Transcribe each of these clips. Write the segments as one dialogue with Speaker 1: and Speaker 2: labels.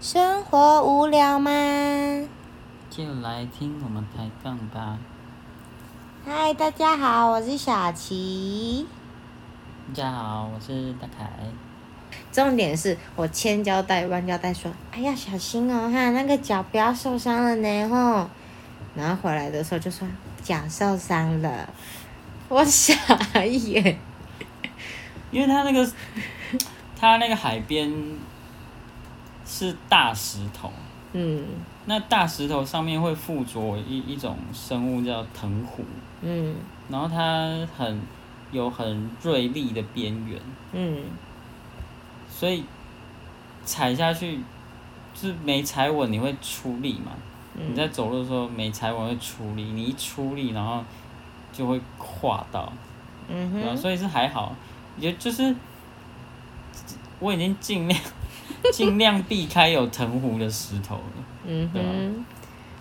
Speaker 1: 生活无聊吗？
Speaker 2: 就来听我们抬杠吧。
Speaker 1: 嗨，大家好，我是小琪。
Speaker 2: 大家好，我是大凯。
Speaker 1: 重点是我千交代万交代说，哎呀，小心哦哈，那个脚不要受伤了呢吼。然后回来的时候就说脚受伤了， 我傻眼。
Speaker 2: 因为他那个， 他那个海边是大石头，
Speaker 1: 嗯
Speaker 2: 那大石头上面会附着一一种生物叫藤壶，
Speaker 1: 嗯
Speaker 2: 然后它很有很锐利的边缘，
Speaker 1: 嗯，
Speaker 2: 所以踩下去就是没踩稳，你会出力嘛？你在走路的时候没踩稳会出力，你一出力然后就会跨到，
Speaker 1: 嗯
Speaker 2: 对吧？所以是还好，也就是我已经尽量 尽量避开有藤壶的石头了。
Speaker 1: 嗯
Speaker 2: 对吧
Speaker 1: 哼，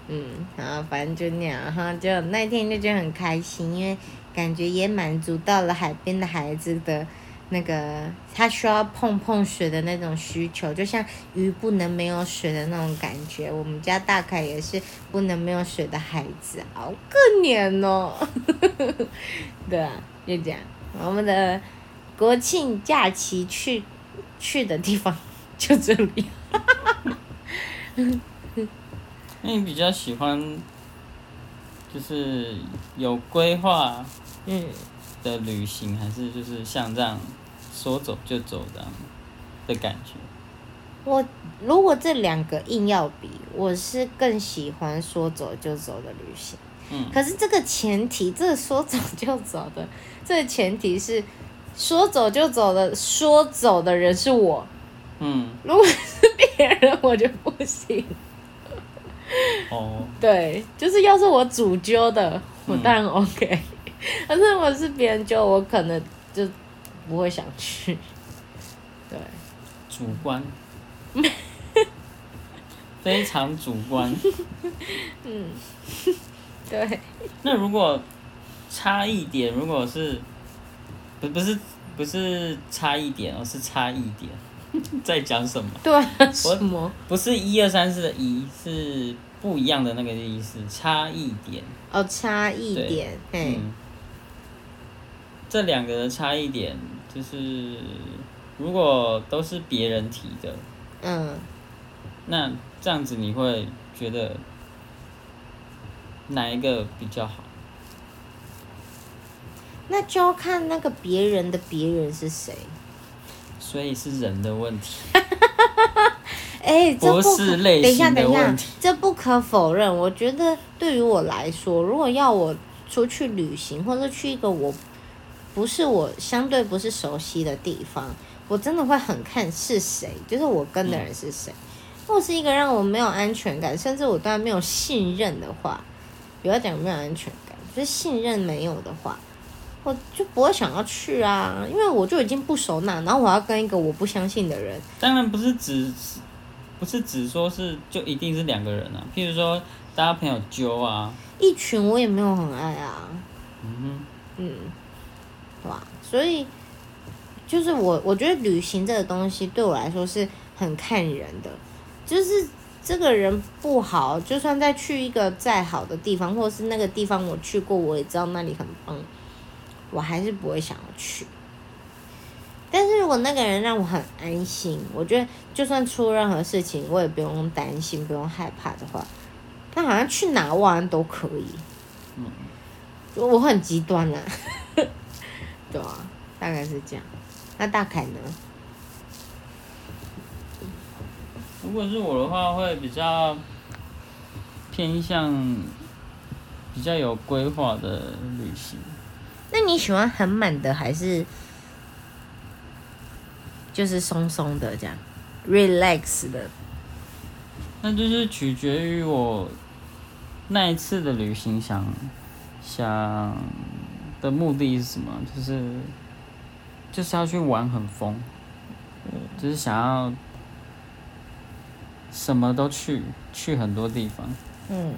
Speaker 1: 嗯，然后反正就那样，然后就那天就觉得很开心，因为感觉也满足到了海边的孩子的那个他需要碰碰水的那种需求，就像鱼不能没有水的那种感觉。我们家大凯也是不能没有水的孩子，啊好可怜哦。 对啊，就这样，我们的国庆假期去去的地方就这里。
Speaker 2: 那你比较喜欢就是有规划
Speaker 1: 嗯。
Speaker 2: 的旅行，还是就是像这样说走就走这样的感觉？
Speaker 1: 我如果这两个硬要比，我是更喜欢说走就走的旅行。
Speaker 2: 嗯
Speaker 1: 可是这个前提，这个说走就走的，这个前提是说走就走的，说走的人是我。
Speaker 2: 嗯
Speaker 1: 如果是别人，我就不行。
Speaker 2: 哦，
Speaker 1: 对，就是要是我主揪的，我
Speaker 2: 嗯
Speaker 1: 当然 OK。但 是我是别人揪，我可能就不会想去。对，
Speaker 2: 主观， 非常主观。
Speaker 1: 对，
Speaker 2: 那如果差异点，如果是不不是不是差异点哦，是差异点， 在讲什么？
Speaker 1: 对啊，什么？
Speaker 2: 不是一二三四的一，是不一样的那个意思，差异点。
Speaker 1: 哦，差异
Speaker 2: 对
Speaker 1: 点，嘿。
Speaker 2: 嗯，这两个的差异点就是，如果都是别人提的，
Speaker 1: 嗯，
Speaker 2: 那这样子你会觉得哪一个比较好？
Speaker 1: 那就要看那个别人的别人是谁。
Speaker 2: 所以是人的问题。
Speaker 1: 哎、这
Speaker 2: 不
Speaker 1: 可
Speaker 2: 是类
Speaker 1: 等一下，
Speaker 2: 型的
Speaker 1: 等一下
Speaker 2: 问题，
Speaker 1: 这不可否认。我觉得对于我来说，如果要我出去旅行，或者去一个我不是我相对不是熟悉的地方，我真的会很看是谁，就是我跟的人是谁。
Speaker 2: 嗯
Speaker 1: 如果是一个让我没有安全感，甚至我对他没有信任的话，不要讲没有安全感，就是信任没有的话，我就不会想要去啊，因为我就已经不熟那，然后我要跟一个我不相信的人，
Speaker 2: 当然不是只不是只说是就一定是两个人啊，譬如说大家朋友揪啊，
Speaker 1: 一群我也没有很爱啊，
Speaker 2: 嗯
Speaker 1: 嗯，对吧？所以就是我，我觉得旅行这个东西对我来说是很看人的，就是这个人不好，就算再去一个再好的地方，或者是那个地方我去过，我也知道那里很棒，我还是不会想要去。但是如果那个人让我很安心，我觉得就算出任何事情，我也不用担心，不用害怕的话，那好像去哪玩都可以。
Speaker 2: 嗯，
Speaker 1: 我很极端啦、 对啊，大概是这样。那大凯呢？
Speaker 2: 哼，如果是我的话，会比较偏向比较有规划的旅行。
Speaker 1: 那你喜欢很满的还是就是松松的这样，relax 的？
Speaker 2: 那就是取决于我那一次的旅行想想的目的是什么，就是就是要去玩很疯，就是想要什么都去，去很多地方，
Speaker 1: 嗯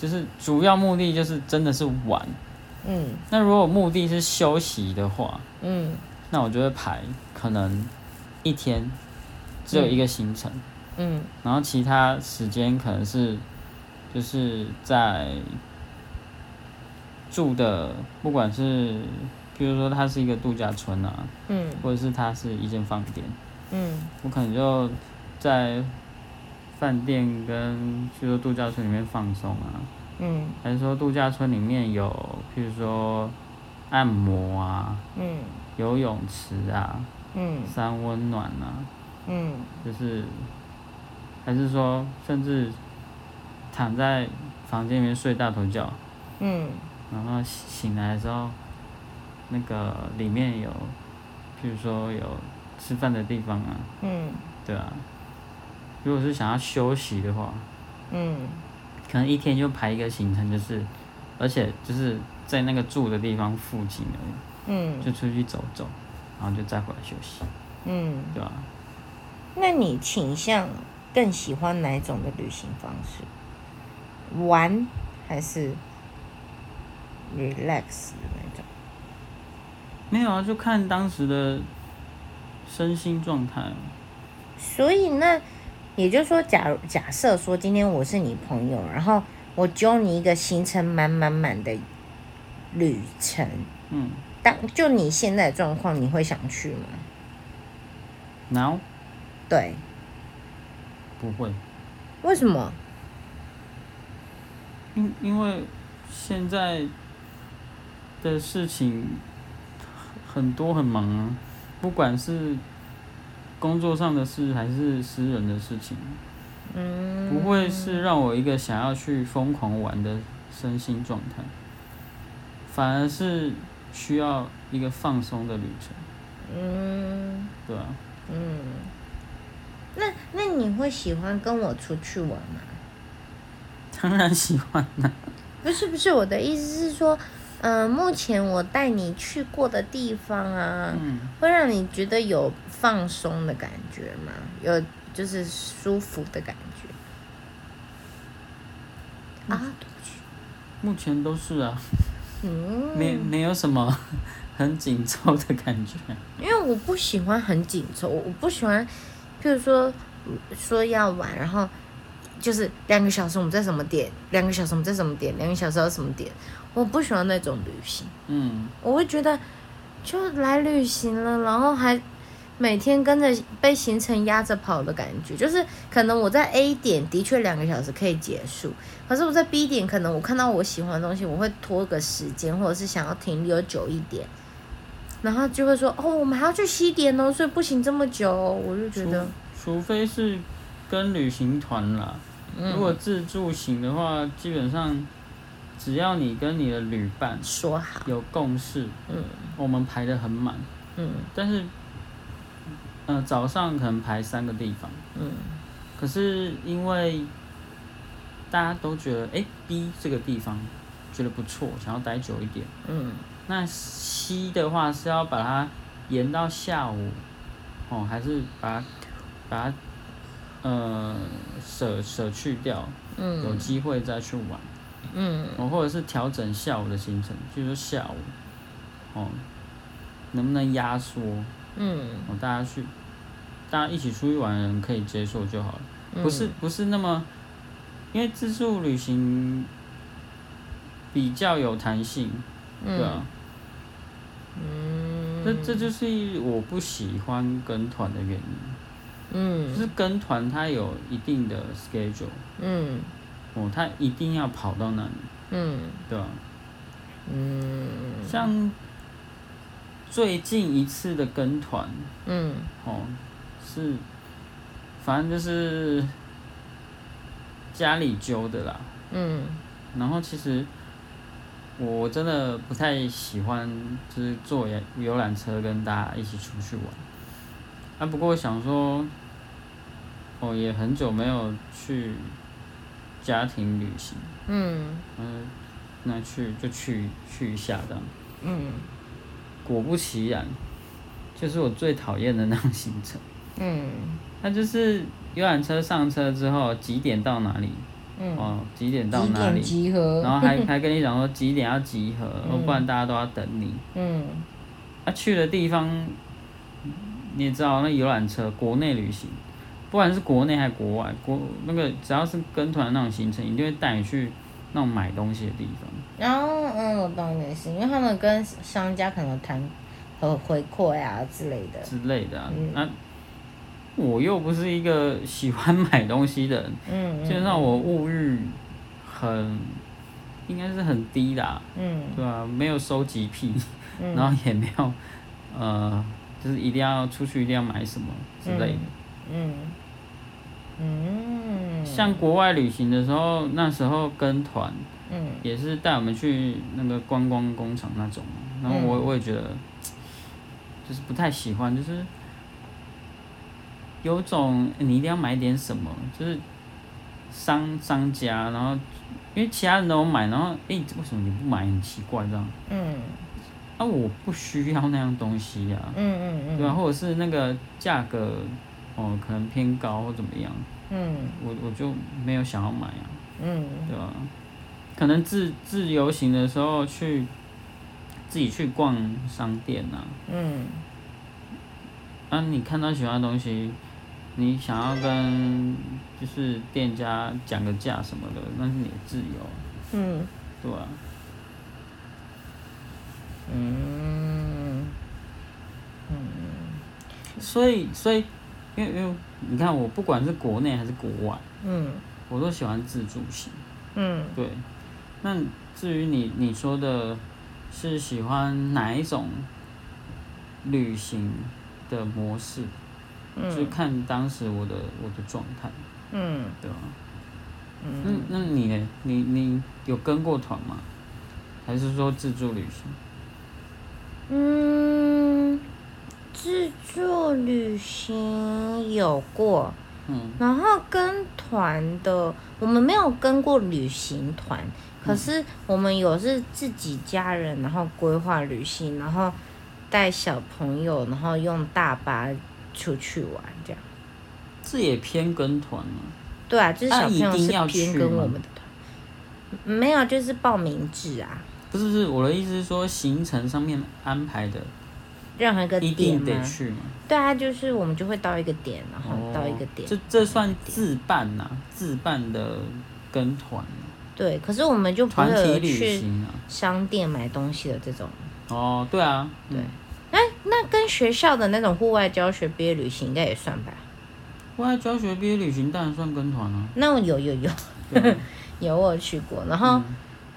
Speaker 2: 就是主要目的就是真的是玩。
Speaker 1: 嗯
Speaker 2: 那如果目的是休息的话，
Speaker 1: 嗯
Speaker 2: 那我就会排可能一天只有一个行程，
Speaker 1: 嗯
Speaker 2: 然后其他时间可能是就是在住的，不管是比如说它是一个度假村啊，
Speaker 1: 嗯
Speaker 2: 或者是它是一间饭店，
Speaker 1: 嗯
Speaker 2: 我可能就在饭店跟去说度假村里面放松啊，
Speaker 1: 嗯
Speaker 2: 还是说度假村里面有，譬如说按摩啊、
Speaker 1: 嗯
Speaker 2: 游泳池啊、
Speaker 1: 嗯
Speaker 2: 三温暖啊，
Speaker 1: 嗯
Speaker 2: 就是还是说甚至躺在房间里面睡大头觉，
Speaker 1: 嗯
Speaker 2: 然后醒醒来的时候，那个里面有，譬如说有吃饭的地方啊，
Speaker 1: 嗯
Speaker 2: 对啊。如果是想要休息的话，
Speaker 1: 嗯
Speaker 2: 可能一天就排一个行程，就是，而且就是在那个住的地方附近而已，
Speaker 1: 嗯
Speaker 2: 就出去走走，然后就再回来休息，
Speaker 1: 嗯，
Speaker 2: 对吧、
Speaker 1: 那你倾向更喜欢哪一种的旅行方式？玩还是 relax 的那种？
Speaker 2: 没有啊，就看当时的身心状态啊。
Speaker 1: 所以那也就是说假，如假设说今天我是你朋友，然后我揪你一个行程满满满的旅程，
Speaker 2: 嗯
Speaker 1: 当就你现在的状况，你会想去吗？
Speaker 2: 然后
Speaker 1: 对，
Speaker 2: 不会，
Speaker 1: 为什么？
Speaker 2: 因因为现在的事情很多很忙啊，不管是工作上的事还是私人的事情，
Speaker 1: 嗯，
Speaker 2: 不会是让我一个想要去疯狂玩的身心状态，反而是需要一个放松的旅程，
Speaker 1: 嗯
Speaker 2: 对啊，
Speaker 1: 嗯。那那你会喜欢跟我出去玩吗？
Speaker 2: 当然喜欢啊啦、
Speaker 1: 不是不是，我的意思是说，嗯、目前我带你去过的地方啊，
Speaker 2: 嗯，
Speaker 1: 会让你觉得有放松的感觉吗？有就是舒服的感觉。啊，对不起，
Speaker 2: 目前都是啊，
Speaker 1: 嗯，
Speaker 2: 没没有什么 很紧凑的感觉。
Speaker 1: 因为我不喜欢很紧凑，我我不喜欢，譬如说嗯说要玩，然后就是两个小时我们在什么点，两个小时我们在什么点，两个小时到什么点，我不喜欢那种旅行，
Speaker 2: 嗯，
Speaker 1: 我会觉得就来旅行了，然后还每天跟着被行程压着跑的感觉，就是可能我在 A 点的确两个小时可以结束，可是我在 B 点可能我看到我喜欢的东西，我会拖个时间，或者是想要停留久一点，然后就会说哦，我们还要去 C 点哦，所以不行这么久、哦，我就觉得
Speaker 2: 除非是跟旅行团啦，
Speaker 1: 嗯
Speaker 2: 如果自助行的话，基本上只要你跟你的旅伴
Speaker 1: 说好，
Speaker 2: 有共识，
Speaker 1: 嗯
Speaker 2: 我们排得很满。
Speaker 1: 嗯
Speaker 2: 但是，呃，早上可能排三个地方，
Speaker 1: 嗯
Speaker 2: 可是因为大家都觉得，哎、b 这个地方觉得不错，想要待久一点。
Speaker 1: 嗯
Speaker 2: 那 C 的话是要把它延到下午，哦，还是把它把它呃舍舍去掉，
Speaker 1: 嗯
Speaker 2: 有机会再去玩，
Speaker 1: 嗯
Speaker 2: 哦，或者是调整下午的行程，就是说下午，哦，能不能压缩？
Speaker 1: 嗯，
Speaker 2: 哦，大家去，大家一起出去玩的人可以接受就好了，
Speaker 1: 嗯
Speaker 2: 不是不是那么，因为自助旅行比较有弹性，对啊，
Speaker 1: 嗯
Speaker 2: 这这就是我不喜欢跟团的原因，就
Speaker 1: 嗯
Speaker 2: 是跟团它有一定的 schedule，
Speaker 1: 嗯
Speaker 2: 哦，它一定要跑到那里，
Speaker 1: 嗯
Speaker 2: 对吧、
Speaker 1: 嗯
Speaker 2: 像最近一次的跟团，
Speaker 1: 嗯
Speaker 2: 哦，是，反正就是家里揪的啦。
Speaker 1: 嗯
Speaker 2: 然后其实我真的不太喜欢，就是坐游游览车跟大家一起出去玩。啊，不过想说，哦，也很久没有去家庭旅行，
Speaker 1: 嗯
Speaker 2: 嗯，那去就去去一下这样。
Speaker 1: 嗯
Speaker 2: 果不其然，就是我最讨厌的那种行程。
Speaker 1: 嗯
Speaker 2: 它就是游览车上车之后几点到哪里，
Speaker 1: 嗯，
Speaker 2: 哦，几点到
Speaker 1: 几
Speaker 2: 哪
Speaker 1: 点
Speaker 2: 里，
Speaker 1: 集合？
Speaker 2: 然后还还跟你讲说几点要集合，不然大家都要等你。
Speaker 1: 嗯
Speaker 2: 啊，去的地方你也知道，那游览车国内旅行，不管是国内还是国外，国那个只要是跟团那种行程，一定会带你去那种买东西的地方。
Speaker 1: 然后，嗯，我懂你的意思，因为他们跟商家可能谈和回馈啊之类的。
Speaker 2: 之类的啊。
Speaker 1: 嗯
Speaker 2: 那、我又不是一个喜欢 买东西的人，
Speaker 1: 嗯
Speaker 2: 基本上我物欲很应该是很低啦，
Speaker 1: 嗯
Speaker 2: 对啊，没有收集癖，
Speaker 1: 嗯
Speaker 2: 然后也没有呃，就是一定要出去一定要买什么之类的。
Speaker 1: 嗯嗯，
Speaker 2: 像国外旅行的时候，那时候跟团
Speaker 1: 嗯
Speaker 2: 也是带我们去那个观光工厂那种，然后
Speaker 1: 嗯
Speaker 2: 我我也觉得就是不太喜欢，就是有种你一定要买点什么，就是商商家，然后因为其他人都有买，然后诶，为什么你不买？很奇怪这样。
Speaker 1: 嗯
Speaker 2: 啊，我不需要那样东西呀、
Speaker 1: 嗯嗯
Speaker 2: 对啊，或者是那个价格哦，可能偏高或怎么样，
Speaker 1: 嗯
Speaker 2: 我我就没有想要买啊。
Speaker 1: 嗯
Speaker 2: 对吧、可能自自由行的时候去自己去逛商店呐、
Speaker 1: 嗯
Speaker 2: 啊，你看到喜欢的东西，你想要跟就是店家讲个价什么的，那是你的自由，啊
Speaker 1: 嗯
Speaker 2: 对啊吧、
Speaker 1: 嗯
Speaker 2: 所以，所以，因为因为你看，我不管是国内还是国外，
Speaker 1: 嗯
Speaker 2: 我都喜欢自助行。
Speaker 1: 嗯
Speaker 2: 对，那至于你你说的是喜欢哪一种旅行的模式，就看当时我的我的状态，
Speaker 1: 嗯
Speaker 2: 对吧？嗯，那你呢？你你有跟过团吗？还是说自助旅行？
Speaker 1: 嗯，自助旅行有过。
Speaker 2: 嗯
Speaker 1: 然后跟团的，我们没有跟过旅行团，可是我们有是自己家人，然后规划旅行，然后带小朋友，然后用大巴出去玩这样。
Speaker 2: 这也偏跟团嘛。
Speaker 1: 对啊，就是小
Speaker 2: 啊
Speaker 1: 朋友
Speaker 2: 一定要
Speaker 1: 是偏
Speaker 2: 去
Speaker 1: 跟
Speaker 2: 吗
Speaker 1: 我们的团，没有就是报名制啊，
Speaker 2: 不是不是，我的意思是说行程上面安排的
Speaker 1: 任何一个
Speaker 2: 一
Speaker 1: 呃点
Speaker 2: 定
Speaker 1: 嘛
Speaker 2: 得。去嘛。哦
Speaker 1: 对啊，就是我们就会到一个点，然后到一个点。
Speaker 2: 这这算自办呐、自办的跟团啊、
Speaker 1: 对，可是我们就不
Speaker 2: 团
Speaker 1: 会有
Speaker 2: 体旅
Speaker 1: 去
Speaker 2: 行啊。
Speaker 1: 商店买东西的这种。
Speaker 2: 哦，对啊，
Speaker 1: 对
Speaker 2: 嗯，
Speaker 1: 那那跟学校的那种户外教学毕业旅行应该也算吧？
Speaker 2: 户外教学毕业旅行当然算跟团啊。
Speaker 1: 那我有有有
Speaker 2: 对啊
Speaker 1: 有我有去过，然后、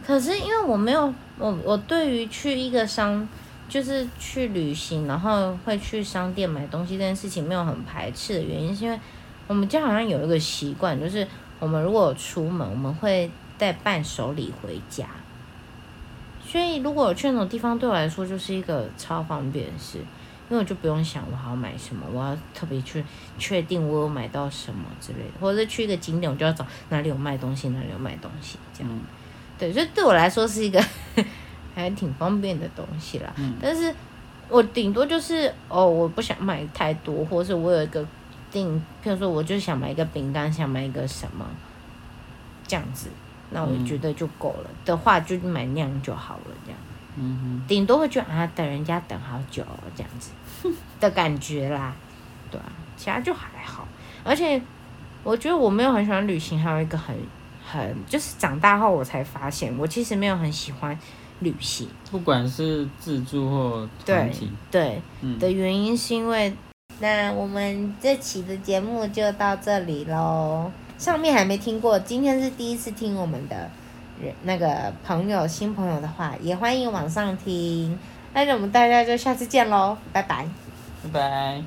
Speaker 1: 可是因为我没有我我对于去一个商就是去旅行，然后会去商店买东西这件事情没有很排斥的原因，是因为我们家好像有一个习惯，就是我们如果有出门，我们会带伴手礼回家。所以如果有去那种地方，对我来说就是一个超方便的事，因为我就不用想我还要买什么，我要特别去确定我有买到什么之类的，或者是去一个景点，我就要找哪里有卖东西，哪里有卖东西 这样。
Speaker 2: 嗯
Speaker 1: 对，所以对我来说是一个 还挺方便的东西啦。
Speaker 2: 嗯
Speaker 1: 但是我顶多就是哦，我不想买太多，或是我有一个定，譬如说我就想买一个饼干，想买一个什么这样子，那我
Speaker 2: 嗯
Speaker 1: 觉得就够了、的话，就买那样就好了，这样。
Speaker 2: 嗯
Speaker 1: 顶多会觉得啊，等人家等好久、哦、这样子 的感觉啦，对啊，其他就还好。而且我觉得我没有很喜欢旅行，还有一个很很就是长大后我才发现，我其实没有很喜欢旅行。
Speaker 2: 哼，不管是自助或团
Speaker 1: 对
Speaker 2: 体，
Speaker 1: 对
Speaker 2: 嗯，
Speaker 1: 的原因是因为，那我们这期的节目就到这里喽。上面还没听过，今天是第一次听我们的人那个朋友新朋友的话，也欢迎往上听。那就我们大家就下次见喽，拜拜。
Speaker 2: 拜拜。